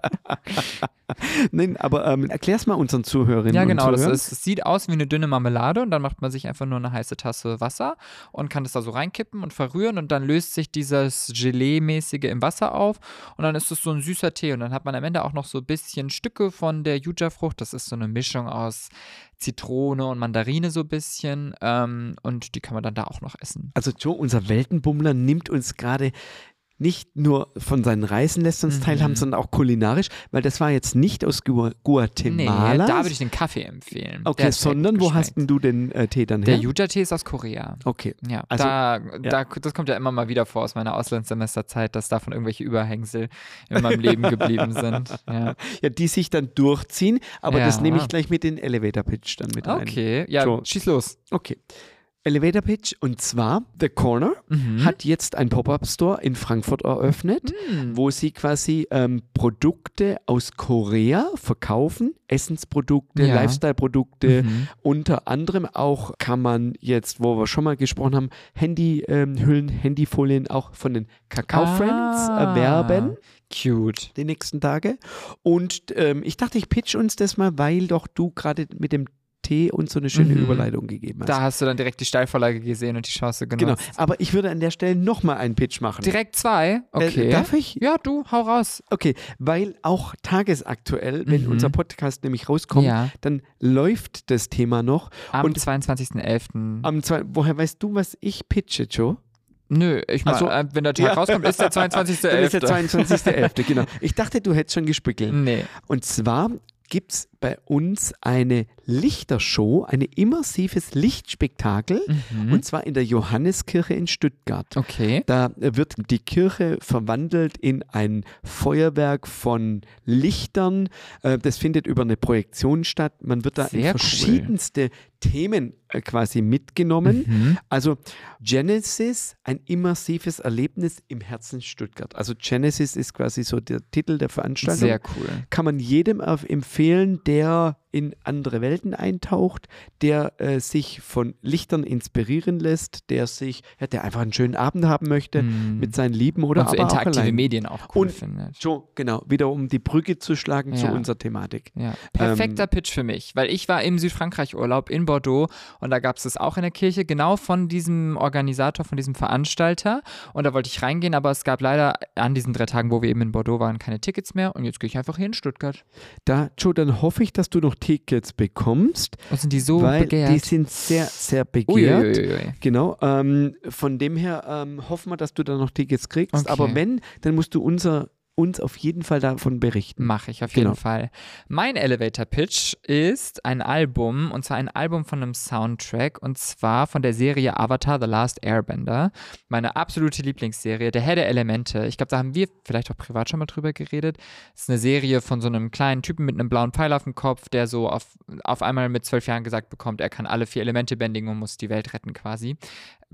[SPEAKER 3] Nein, aber ähm, erklär's mal unseren Zuhörerinnen.
[SPEAKER 1] Ja, genau.
[SPEAKER 3] Und
[SPEAKER 1] Das
[SPEAKER 3] Zuhörern.
[SPEAKER 1] ist, es sieht aus wie eine dünne Marmelade und dann macht man sich einfach nur eine heiße Tasse Wasser und kann das da so reinkippen und verrühren und dann löst sich dieses Gelee-mäßige im Wasser auf und dann ist es so ein süßer Tee und dann hat man am Ende auch noch so ein bisschen Stücke von der Yuja-Frucht. Das ist so eine Mischung aus Zitrone und Mandarine so ein bisschen ähm, und die kann man dann da auch noch essen.
[SPEAKER 3] Also Joe, unser Weltenbummler nimmt uns gerade nicht nur von seinen Reisen lässt uns
[SPEAKER 1] Mhm.
[SPEAKER 3] teilhaben, sondern auch kulinarisch, weil das war jetzt nicht aus Gua-
[SPEAKER 1] Nee,
[SPEAKER 3] Guatemala.
[SPEAKER 1] da würde ich den Kaffee empfehlen. Der
[SPEAKER 3] okay,
[SPEAKER 1] ist sehr gut
[SPEAKER 3] sondern wo
[SPEAKER 1] geschmeckt.
[SPEAKER 3] hast denn du den äh, Tee dann
[SPEAKER 1] Der
[SPEAKER 3] her?
[SPEAKER 1] Yuja-Tee ist aus Korea.
[SPEAKER 3] Okay.
[SPEAKER 1] Ja,
[SPEAKER 3] Also-
[SPEAKER 1] da, da, das kommt ja immer mal wieder vor aus meiner Auslandssemesterzeit, dass davon irgendwelche Überhängsel in meinem Leben geblieben sind. Ja.
[SPEAKER 3] Ja, die sich dann durchziehen, aber
[SPEAKER 1] Ja.
[SPEAKER 3] das nehme ich gleich mit den Elevator Pitch dann mit rein.
[SPEAKER 1] Okay, ja,
[SPEAKER 3] So.
[SPEAKER 1] schieß los.
[SPEAKER 3] Okay. Elevator Pitch und zwar The Corner
[SPEAKER 1] Mhm.
[SPEAKER 3] hat jetzt ein Pop-up Store in Frankfurt eröffnet,
[SPEAKER 1] Mhm.
[SPEAKER 3] wo sie quasi ähm, Produkte aus Korea verkaufen, Essensprodukte,
[SPEAKER 1] Ja.
[SPEAKER 3] Lifestyle-Produkte,
[SPEAKER 1] Mhm.
[SPEAKER 3] unter anderem auch kann man jetzt, wo wir schon mal gesprochen haben, Handyhüllen, ähm, Hüllen, Handyfolien auch von den Kakao-Friends
[SPEAKER 1] Ah,
[SPEAKER 3] erwerben
[SPEAKER 1] Cute.
[SPEAKER 3] die nächsten Tage. Und ähm, ich dachte, ich pitch uns das mal, weil doch du gerade mit dem Tee und so eine schöne
[SPEAKER 1] Mhm.
[SPEAKER 3] Überleitung gegeben hast.
[SPEAKER 1] Da hast du dann direkt die Steilvorlage gesehen und die Chance
[SPEAKER 3] genau.
[SPEAKER 1] genutzt.
[SPEAKER 3] Aber ich würde an der Stelle nochmal einen Pitch machen.
[SPEAKER 1] Direkt zwei? Okay.
[SPEAKER 3] Genau. Äh, darf ich?
[SPEAKER 1] Ja, du, hau raus.
[SPEAKER 3] Okay, weil auch tagesaktuell, wenn
[SPEAKER 1] Mhm.
[SPEAKER 3] unser Podcast nämlich rauskommt,
[SPEAKER 1] Ja.
[SPEAKER 3] dann läuft das Thema noch.
[SPEAKER 1] Am
[SPEAKER 3] Und- Ah.
[SPEAKER 1] 22.11.
[SPEAKER 3] Am zwei, woher weißt du, was ich pitche, Joe?
[SPEAKER 1] Nö, ich meine,
[SPEAKER 3] Ach so.
[SPEAKER 1] äh, wenn der Tag
[SPEAKER 3] Ja.
[SPEAKER 1] rauskommt, ist der
[SPEAKER 3] Dann ist der
[SPEAKER 1] 22.11.
[SPEAKER 3] 22.11., genau. Ich dachte, du hättest schon gespickelt.
[SPEAKER 1] Nee.
[SPEAKER 3] Und zwar gibt es bei uns eine Lichtershow, ein immersives Lichtspektakel,
[SPEAKER 1] Mhm.
[SPEAKER 3] und zwar in der Johanneskirche in Stuttgart.
[SPEAKER 1] Okay.
[SPEAKER 3] Da wird die Kirche verwandelt in ein Feuerwerk von Lichtern. Äh, Das findet über eine Projektion statt. Man wird da in
[SPEAKER 1] Sehr cool.
[SPEAKER 3] verschiedenste Themen äh, quasi mitgenommen.
[SPEAKER 1] Mhm.
[SPEAKER 3] Also Genesis, ein immersives Erlebnis im Herzen Stuttgart. Also Genesis ist quasi so der Titel der Veranstaltung
[SPEAKER 1] Sehr cool.
[SPEAKER 3] kann man jedem auf- empfehlen, der in andere Welten eintaucht, der äh, sich von Lichtern inspirieren lässt, der sich, ja, der einfach einen schönen Abend haben möchte
[SPEAKER 1] Mhm.
[SPEAKER 3] mit seinen Lieben oder
[SPEAKER 1] und so
[SPEAKER 3] aber auch
[SPEAKER 1] interaktive
[SPEAKER 3] allein.
[SPEAKER 1] Medien auch cool
[SPEAKER 3] Und-
[SPEAKER 1] findet.
[SPEAKER 3] So, genau, wieder um die Brücke zu schlagen zu
[SPEAKER 1] Ja.
[SPEAKER 3] unserer Thematik.
[SPEAKER 1] Ja.
[SPEAKER 3] Ähm,
[SPEAKER 1] Perfekter Pitch für mich, weil ich war im Südfrankreich-Urlaub in Bordeaux und da gab es das auch in der Kirche, genau von diesem Organisator, von diesem Veranstalter. Und da wollte ich reingehen, aber es gab leider an diesen drei Tagen, wo wir eben in Bordeaux waren, keine Tickets mehr. Und jetzt gehe ich einfach hier in Stuttgart.
[SPEAKER 3] Da, Joe, dann hoffe ich, dass du noch Tickets bekommst,
[SPEAKER 1] Und sind die so
[SPEAKER 3] weil
[SPEAKER 1] begehrt?
[SPEAKER 3] die sind sehr, sehr begehrt.
[SPEAKER 1] Uiuiuiui.
[SPEAKER 3] Genau, ähm, von dem her ähm, hoffen wir, dass du da noch Tickets kriegst,
[SPEAKER 1] Okay.
[SPEAKER 3] aber wenn, dann musst du unser, uns auf jeden Fall davon berichten.
[SPEAKER 1] Mache ich auf
[SPEAKER 3] Genau.
[SPEAKER 1] jeden Fall. Mein Elevator Pitch ist ein Album, und zwar ein Album von einem Soundtrack, und zwar von der Serie Avatar The Last Airbender. Meine absolute Lieblingsserie, der Herr der Elemente. Ich glaube, da haben wir vielleicht auch privat schon mal drüber geredet. Es ist eine Serie von so einem kleinen Typen mit einem blauen Pfeil auf dem Kopf, der so auf, auf einmal mit zwölf Jahren gesagt bekommt, er kann alle vier Elemente bändigen und muss die Welt retten quasi.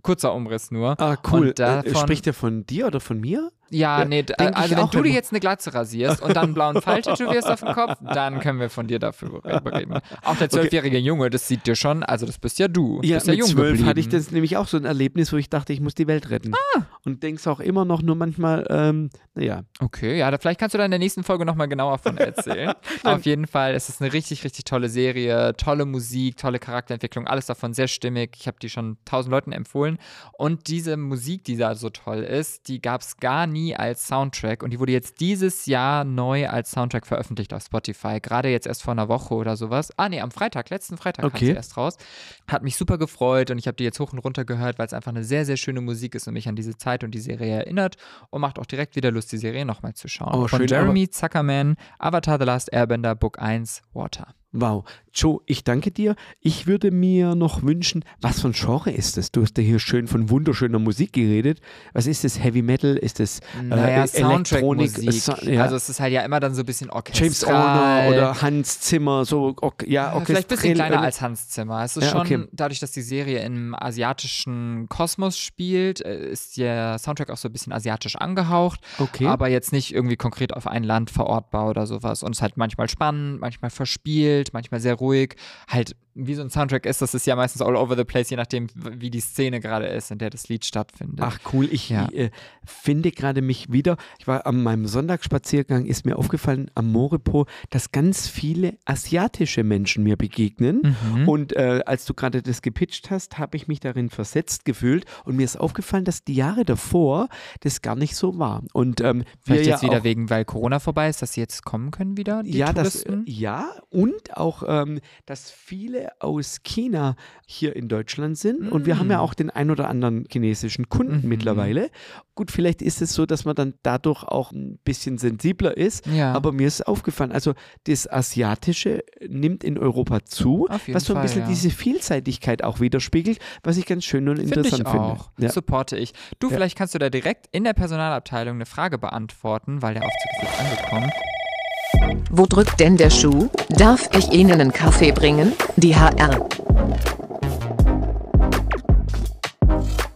[SPEAKER 1] Kurzer Umriss nur.
[SPEAKER 3] Ah, cool.
[SPEAKER 1] Und davon-
[SPEAKER 3] äh, spricht er von dir oder von mir?
[SPEAKER 1] Ja,
[SPEAKER 3] Ja,
[SPEAKER 1] nee, d-
[SPEAKER 3] denk ich
[SPEAKER 1] also wenn
[SPEAKER 3] auch
[SPEAKER 1] du dir
[SPEAKER 3] immer.
[SPEAKER 1] jetzt eine Glatze rasierst und dann einen blauen Pfeil tätowierst auf dem Kopf, dann können wir von dir dafür reden. Auch der zwölfjährige Junge, das sieht dir schon, also das bist ja du. Du
[SPEAKER 3] Ja,
[SPEAKER 1] bist ja
[SPEAKER 3] mit
[SPEAKER 1] jung
[SPEAKER 3] zwölf
[SPEAKER 1] geblieben. Ah.
[SPEAKER 3] hatte ich das nämlich auch so ein Erlebnis, wo ich dachte, ich muss die Welt retten. Und denk's auch immer noch, nur manchmal, ähm, naja.
[SPEAKER 1] Okay, ja, da vielleicht kannst du da in der nächsten Folge nochmal genauer von erzählen. Auf jeden Fall, es ist eine richtig, richtig tolle Serie, tolle Musik, tolle Charakterentwicklung, alles davon sehr stimmig. Ich habe die schon tausend Leuten empfohlen. Und diese Musik, die da so toll ist, die gab es gar nie als Soundtrack und die wurde jetzt dieses Jahr neu als Soundtrack veröffentlicht auf Spotify. Gerade jetzt erst vor einer Woche oder sowas. Ah, nee, am Freitag, letzten Freitag kam
[SPEAKER 3] Okay.
[SPEAKER 1] sie erst raus. Hat mich super gefreut und ich habe die jetzt hoch und runter gehört, weil es einfach eine sehr, sehr schöne Musik ist und mich an diese Zeit und die Serie erinnert und macht auch direkt wieder Lust, die Serie nochmal zu schauen.
[SPEAKER 3] Oh,
[SPEAKER 1] Von
[SPEAKER 3] schön,
[SPEAKER 1] Jeremy Zuckerman, Avatar The Last Airbender, Book 1, Water.
[SPEAKER 3] Wow. Joe, ich danke dir. Ich würde mir noch wünschen, was für ein Genre ist das? Du hast ja hier schön von wunderschöner Musik geredet. Was ist das? Heavy Metal? Ist das äh,
[SPEAKER 1] Naja,
[SPEAKER 3] Elektronik?
[SPEAKER 1] Soundtrack-Musik.
[SPEAKER 3] Sa- ja.
[SPEAKER 1] Also es ist halt ja immer dann so ein bisschen orchestral.
[SPEAKER 3] James Horner oder Hans Zimmer, so, ok, ja,
[SPEAKER 1] Ja,
[SPEAKER 3] Ah, okay. äh,
[SPEAKER 1] Vielleicht ein bisschen kleiner als Hans Zimmer. Es ist
[SPEAKER 3] Ja,
[SPEAKER 1] schon,
[SPEAKER 3] okay.
[SPEAKER 1] dadurch, dass die Serie im asiatischen Kosmos spielt, äh, ist der Soundtrack auch so ein bisschen asiatisch angehaucht,
[SPEAKER 3] Okay.
[SPEAKER 1] aber jetzt nicht irgendwie konkret auf ein Land verortbar oder sowas. Und es ist halt manchmal spannend, manchmal verspielt, manchmal sehr ruhig. Halt, wie so ein Soundtrack ist, das ist ja meistens all over the place, je nachdem, w- wie die Szene gerade ist, in der das Lied stattfindet.
[SPEAKER 3] Ach cool, ich
[SPEAKER 1] Ja.
[SPEAKER 3] äh, finde gerade mich wieder. Ich war an meinem Sonntagsspaziergang, ist mir aufgefallen am Morepo, dass ganz viele asiatische Menschen mir begegnen.
[SPEAKER 1] Mhm.
[SPEAKER 3] Und äh, als du gerade das gepitcht hast, habe ich mich darin versetzt gefühlt und mir ist aufgefallen, dass die Jahre davor das gar nicht so war. Und ähm, wir
[SPEAKER 1] Vielleicht
[SPEAKER 3] ja
[SPEAKER 1] jetzt wieder
[SPEAKER 3] auch,
[SPEAKER 1] wegen, weil Corona vorbei ist, dass sie jetzt kommen können wieder, die
[SPEAKER 3] ja, das, äh,
[SPEAKER 1] Touristen?
[SPEAKER 3] ja, und auch, ähm, dass viele aus China hier in Deutschland sind. Und wir haben ja
[SPEAKER 1] Mm.
[SPEAKER 3] auch den ein oder anderen chinesischen Kunden
[SPEAKER 1] Mhm.
[SPEAKER 3] mittlerweile. Gut, vielleicht ist es so, dass man dann dadurch auch ein bisschen sensibler ist.
[SPEAKER 1] ja.
[SPEAKER 3] Aber mir ist aufgefallen, also das Asiatische nimmt in Europa zu,
[SPEAKER 1] Auf jeden
[SPEAKER 3] was so ein
[SPEAKER 1] Fall,
[SPEAKER 3] bisschen
[SPEAKER 1] ja.
[SPEAKER 3] diese Vielseitigkeit auch widerspiegelt, was ich ganz schön und
[SPEAKER 1] Finde ich
[SPEAKER 3] interessant
[SPEAKER 1] auch.
[SPEAKER 3] finde. Ja.
[SPEAKER 1] Supporte ich. Du,
[SPEAKER 3] Ja.
[SPEAKER 1] vielleicht kannst du da direkt in der Personalabteilung eine Frage beantworten, weil der Aufzug ist jetzt angekommen.
[SPEAKER 2] Wo drückt denn der Schuh? Darf ich Ihnen einen Kaffee bringen? Die HR.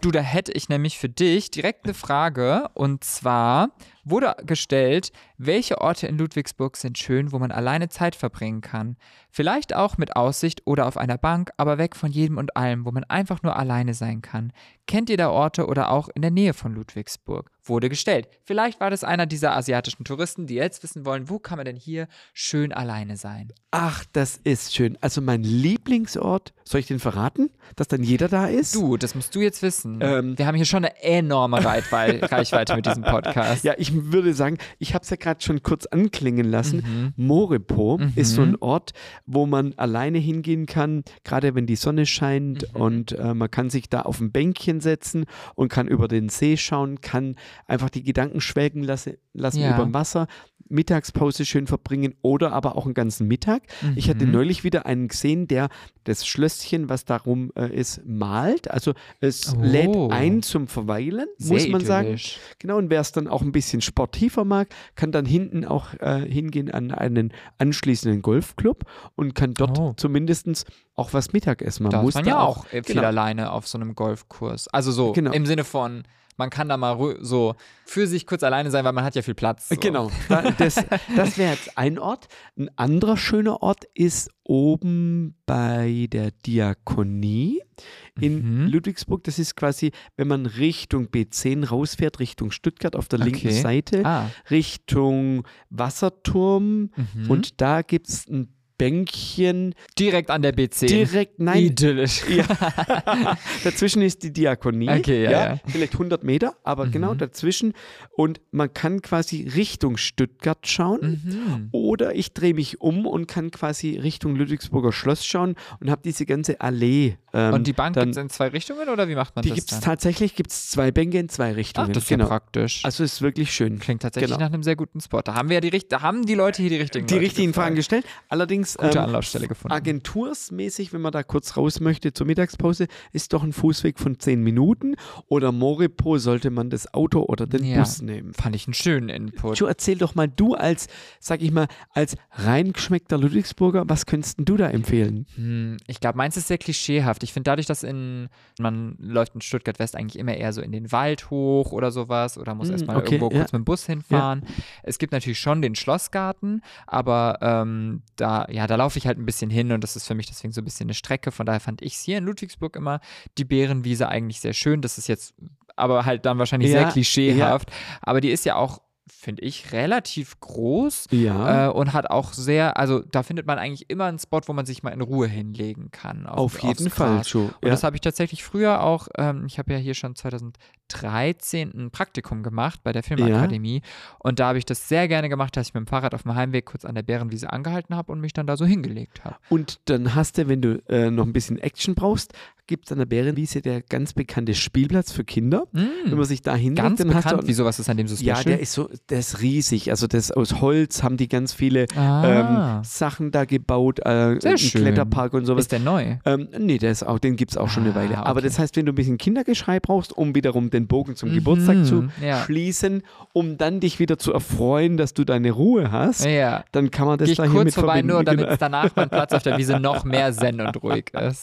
[SPEAKER 1] Du, da hätte ich nämlich für dich direkt eine Frage. Und zwar, wurde gestellt, welche Orte in Ludwigsburg sind schön, wo man alleine Zeit verbringen kann. Vielleicht auch mit Aussicht oder auf einer Bank, aber weg von jedem und allem, wo man einfach nur alleine sein kann. Kennt ihr da Orte oder auch in der Nähe von Ludwigsburg? Wurde gestellt. Vielleicht war das einer dieser asiatischen Touristen, die jetzt wissen wollen, wo kann man denn hier schön alleine sein?
[SPEAKER 3] Ach, das ist schön. Also mein Lieblingsort, soll ich den verraten, dass dann jeder da ist?
[SPEAKER 1] Du, das musst du jetzt wissen.
[SPEAKER 3] Ähm.
[SPEAKER 1] Wir haben hier schon eine enorme Reichweite, Reichweite mit diesem Podcast.
[SPEAKER 3] Ja, ich würde sagen, ich habe es ja gerade schon kurz anklingen lassen.
[SPEAKER 1] Mhm.
[SPEAKER 3] Moripo ist so ein Ort, wo man alleine hingehen kann, gerade wenn die Sonne scheint
[SPEAKER 1] Mhm.
[SPEAKER 3] und äh, man kann sich da auf ein Bänkchen setzen und kann über den See schauen, kann einfach die Gedanken schwelgen lasse, lassen
[SPEAKER 1] Ja.
[SPEAKER 3] über dem Wasser, Mittagspause schön verbringen oder aber auch einen ganzen Mittag. Ich hatte
[SPEAKER 1] Mhm.
[SPEAKER 3] neulich wieder einen gesehen, der das Schlösschen, was darum äh, ist, malt. Also es
[SPEAKER 1] Oh.
[SPEAKER 3] lädt ein zum Verweilen, muss
[SPEAKER 1] Sehr
[SPEAKER 3] man sagen.
[SPEAKER 1] idyllisch.
[SPEAKER 3] Genau, und wer es dann auch ein bisschen sportiver mag, kann dann hinten auch äh, hingehen an einen anschließenden Golfclub und kann dort
[SPEAKER 1] Oh.
[SPEAKER 3] zumindestens auch was Mittagessen. Man
[SPEAKER 1] Da
[SPEAKER 3] muss
[SPEAKER 1] ist man
[SPEAKER 3] da
[SPEAKER 1] ja auch äh, viel
[SPEAKER 3] genau.
[SPEAKER 1] alleine auf so einem Golfkurs. Also so
[SPEAKER 3] Genau.
[SPEAKER 1] im Sinne von, man kann da mal rü- so für sich kurz alleine sein, weil man hat ja viel Platz. So.
[SPEAKER 3] Genau, da, das, das wäre jetzt ein Ort. Ein anderer schöner Ort ist oben bei der Diakonie in
[SPEAKER 1] Mhm.
[SPEAKER 3] Ludwigsburg. Das ist quasi, wenn man Richtung B10 rausfährt, Richtung Stuttgart auf der linken
[SPEAKER 1] Okay.
[SPEAKER 3] Seite,
[SPEAKER 1] Ah.
[SPEAKER 3] Richtung Wasserturm.
[SPEAKER 1] Mhm.
[SPEAKER 3] Und da gibt es ein Bänkchen
[SPEAKER 1] Direkt an der BC.
[SPEAKER 3] direkt, nein,
[SPEAKER 1] Idyllisch.
[SPEAKER 3] Dazwischen ist die Diakonie.
[SPEAKER 1] Okay, ja, ja. Mhm.
[SPEAKER 3] Vielleicht 100 Meter, aber genau dazwischen. Und man kann quasi Richtung Stuttgart schauen.
[SPEAKER 1] Mhm.
[SPEAKER 3] Oder ich drehe mich um und kann quasi Richtung Ludwigsburger Schloss schauen und habe diese ganze Allee. ähm,
[SPEAKER 1] Und die Bank
[SPEAKER 3] dann-
[SPEAKER 1] gibt es in zwei Richtungen oder wie macht man
[SPEAKER 3] Die
[SPEAKER 1] das?
[SPEAKER 3] gibt es
[SPEAKER 1] dann?
[SPEAKER 3] tatsächlich, gibt es zwei Bänke in zwei
[SPEAKER 1] Ach,
[SPEAKER 3] Richtungen.
[SPEAKER 1] das ist ja
[SPEAKER 3] genau.
[SPEAKER 1] praktisch.
[SPEAKER 3] also ist wirklich schön.
[SPEAKER 1] Klingt tatsächlich
[SPEAKER 3] genau.
[SPEAKER 1] nach einem sehr guten Spot. Da haben wir ja die, richt- da haben die Leute hier die richtigen
[SPEAKER 3] die
[SPEAKER 1] Leute
[SPEAKER 3] richtigen
[SPEAKER 1] gefragt.
[SPEAKER 3] Fragen gestellt. Allerdings ähm,
[SPEAKER 1] Gute Anlaufstelle gefunden.
[SPEAKER 3] Agentursmäßig, wenn man da kurz raus möchte zur Mittagspause, ist doch ein Fußweg von 10 Minuten. Oder Moripo sollte man das Auto oder den
[SPEAKER 1] Ja.
[SPEAKER 3] Bus nehmen.
[SPEAKER 1] Fand ich einen schönen Input.
[SPEAKER 3] Jo, erzähl doch mal du als, sag ich mal, als reingeschmeckter Ludwigsburger, was könntest denn du da empfehlen?
[SPEAKER 1] Hm, Ich glaube, meins ist sehr klischeehaft. Ich finde dadurch, dass in man läuft in Stuttgart West eigentlich immer eher so in den Wald hoch oder sowas oder muss
[SPEAKER 3] Mm,
[SPEAKER 1] erstmal
[SPEAKER 3] okay,
[SPEAKER 1] irgendwo
[SPEAKER 3] ja.
[SPEAKER 1] kurz mit dem Bus hinfahren. Es gibt natürlich schon den Schlossgarten, aber ähm, da ja, da laufe ich halt ein bisschen hin und das ist für mich deswegen so ein bisschen eine Strecke. Von daher fand ich es hier in Ludwigsburg immer die Bärenwiese eigentlich sehr schön. Das ist jetzt aber halt dann wahrscheinlich
[SPEAKER 3] Ja,
[SPEAKER 1] sehr klischeehaft, aber die ist ja auch finde ich relativ groß
[SPEAKER 3] Ja.
[SPEAKER 1] äh, und hat auch sehr, also da findet man eigentlich immer einen Spot, wo man sich mal in Ruhe hinlegen kann.
[SPEAKER 3] auf,
[SPEAKER 1] aufs
[SPEAKER 3] jeden
[SPEAKER 1] Gras.
[SPEAKER 3] Fall, Jo.
[SPEAKER 1] Und
[SPEAKER 3] ja.
[SPEAKER 1] das habe ich tatsächlich früher auch, ähm, ich habe ja hier schon 2013 ein Praktikum gemacht bei der Filmakademie und da habe ich das sehr gerne gemacht, dass ich mit dem Fahrrad auf dem Heimweg kurz an der Bärenwiese angehalten habe und mich dann da so hingelegt habe.
[SPEAKER 3] Und dann hast du, wenn du äh, noch ein bisschen Action brauchst, gibt es an der Bärenwiese der ganz bekannte Spielplatz für Kinder. Wenn man sich da hinlegt,
[SPEAKER 1] Hm, Ganz
[SPEAKER 3] Hm, dann hast du
[SPEAKER 1] bekannt, wieso was ist an dem so special?
[SPEAKER 3] Ja, der ist so, der ist riesig. Also das aus Holz haben die ganz viele
[SPEAKER 1] Ah.
[SPEAKER 3] ähm, Sachen da gebaut, äh,
[SPEAKER 1] Sehr
[SPEAKER 3] einen
[SPEAKER 1] schön.
[SPEAKER 3] Kletterpark und sowas.
[SPEAKER 1] ist der neu.
[SPEAKER 3] Ähm, nee, der ist auch, den gibt es auch schon eine
[SPEAKER 1] Ah,
[SPEAKER 3] Weile. Aber
[SPEAKER 1] okay.
[SPEAKER 3] das heißt, wenn du ein bisschen Kindergeschrei brauchst, um wiederum den Bogen zum
[SPEAKER 1] Mhm,
[SPEAKER 3] Geburtstag zu
[SPEAKER 1] ja.
[SPEAKER 3] schließen, um dann dich wieder zu erfreuen, dass du deine Ruhe hast,
[SPEAKER 1] Ja.
[SPEAKER 3] dann kann man das
[SPEAKER 1] Gehe ich
[SPEAKER 3] da hier mit
[SPEAKER 1] kurz vorbei,
[SPEAKER 3] verbinden.
[SPEAKER 1] nur damit
[SPEAKER 3] Genau.
[SPEAKER 1] es danach mein Platz auf der Wiese noch mehr zen und ruhig ist. Dass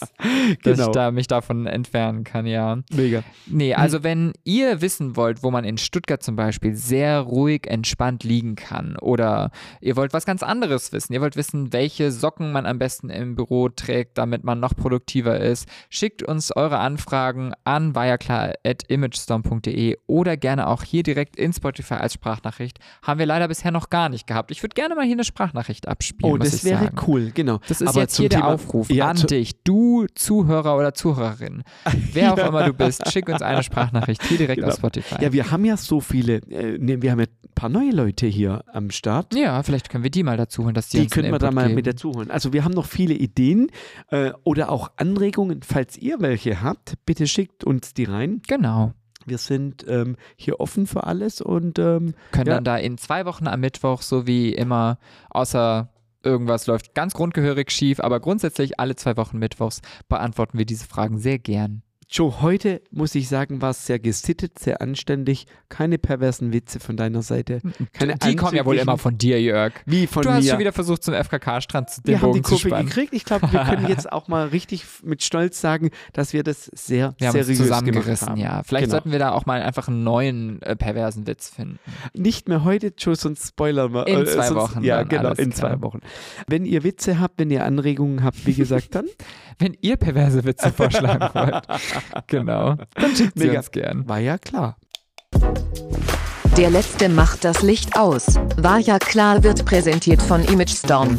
[SPEAKER 3] Genau.
[SPEAKER 1] ich da mich davon entfernen kann, ja.
[SPEAKER 3] Mega.
[SPEAKER 1] Nee,
[SPEAKER 3] Hm.
[SPEAKER 1] also wenn ihr wissen wollt, wo man in Stuttgart zum Beispiel sehr ruhig, entspannt liegen kann oder ihr wollt was ganz anderes wissen, ihr wollt wissen, welche Socken man am besten im Büro trägt, damit man noch produktiver ist, schickt uns eure Anfragen an wireclar.imagestorm.de oder gerne auch hier direkt in Spotify als Sprachnachricht. Haben wir leider bisher noch gar nicht gehabt. Ich würde gerne mal hier eine Sprachnachricht abspielen.
[SPEAKER 3] Oh,
[SPEAKER 1] muss
[SPEAKER 3] das
[SPEAKER 1] ich
[SPEAKER 3] wäre
[SPEAKER 1] sagen.
[SPEAKER 3] cool, genau.
[SPEAKER 1] Das ist
[SPEAKER 3] Aber
[SPEAKER 1] jetzt
[SPEAKER 3] zum
[SPEAKER 1] hier der
[SPEAKER 3] Thema,
[SPEAKER 1] Aufruf
[SPEAKER 3] ja,
[SPEAKER 1] an
[SPEAKER 3] zu,
[SPEAKER 1] dich, du Zuhörer oder Zuhörerin. Wer auch immer du bist, schick uns eine Sprachnachricht hier direkt
[SPEAKER 3] Genau.
[SPEAKER 1] auf Spotify.
[SPEAKER 3] Ja, wir haben ja so viele, äh, nee, wir haben ja ein paar neue Leute hier am Start.
[SPEAKER 1] Ja, vielleicht können wir die mal dazu holen, dass die,
[SPEAKER 3] Die
[SPEAKER 1] uns einen
[SPEAKER 3] können wir da
[SPEAKER 1] Input
[SPEAKER 3] mal
[SPEAKER 1] geben.
[SPEAKER 3] mit dazu holen. Also wir haben noch viele Ideen äh, oder auch Anregungen. Falls ihr welche habt, bitte schickt uns die rein.
[SPEAKER 1] Genau.
[SPEAKER 3] Wir sind ähm, hier offen für alles und ähm,
[SPEAKER 1] Können
[SPEAKER 3] Ja.
[SPEAKER 1] dann da in zwei Wochen am Mittwoch, so wie immer, außer irgendwas läuft ganz grundgehörig schief, aber grundsätzlich alle zwei Wochen Mittwochs beantworten wir diese Fragen sehr gern.
[SPEAKER 3] Joe, heute muss ich sagen, war es sehr gesittet, sehr anständig. Keine perversen Witze von deiner Seite. Keine
[SPEAKER 1] Die kommen ja wohl
[SPEAKER 3] anzüglichen-
[SPEAKER 1] immer von dir, Jörg.
[SPEAKER 3] wie von
[SPEAKER 1] du
[SPEAKER 3] mir.
[SPEAKER 1] hast schon wieder versucht, zum FKK-Strand zu- den
[SPEAKER 3] wir haben die
[SPEAKER 1] Bogen zu
[SPEAKER 3] Kurve
[SPEAKER 1] spannen.
[SPEAKER 3] gekriegt. Ich glaube, wir können jetzt auch mal richtig f- mit Stolz sagen, dass wir das sehr
[SPEAKER 1] Wir haben uns
[SPEAKER 3] seriös gemacht
[SPEAKER 1] zusammengerissen,
[SPEAKER 3] haben.
[SPEAKER 1] ja. Vielleicht
[SPEAKER 3] Genau.
[SPEAKER 1] sollten wir da auch mal einfach einen neuen äh, perversen Witz finden.
[SPEAKER 3] Nicht mehr heute, Joe, sonst spoilern wir.
[SPEAKER 1] In
[SPEAKER 3] Äh,
[SPEAKER 1] zwei
[SPEAKER 3] sonst,
[SPEAKER 1] Wochen
[SPEAKER 3] Ja,
[SPEAKER 1] dann,
[SPEAKER 3] genau,
[SPEAKER 1] alles
[SPEAKER 3] in
[SPEAKER 1] klar.
[SPEAKER 3] zwei Wochen. Wenn ihr Witze habt, wenn ihr Anregungen habt, wie gesagt, dann
[SPEAKER 1] Wenn ihr perverse Witze vorschlagen wollt, genau, dann schickt sie
[SPEAKER 3] Mega.
[SPEAKER 1] uns gern.
[SPEAKER 3] war ja klar.
[SPEAKER 2] Der letzte macht das Licht aus. War ja klar wird präsentiert von Image Storm.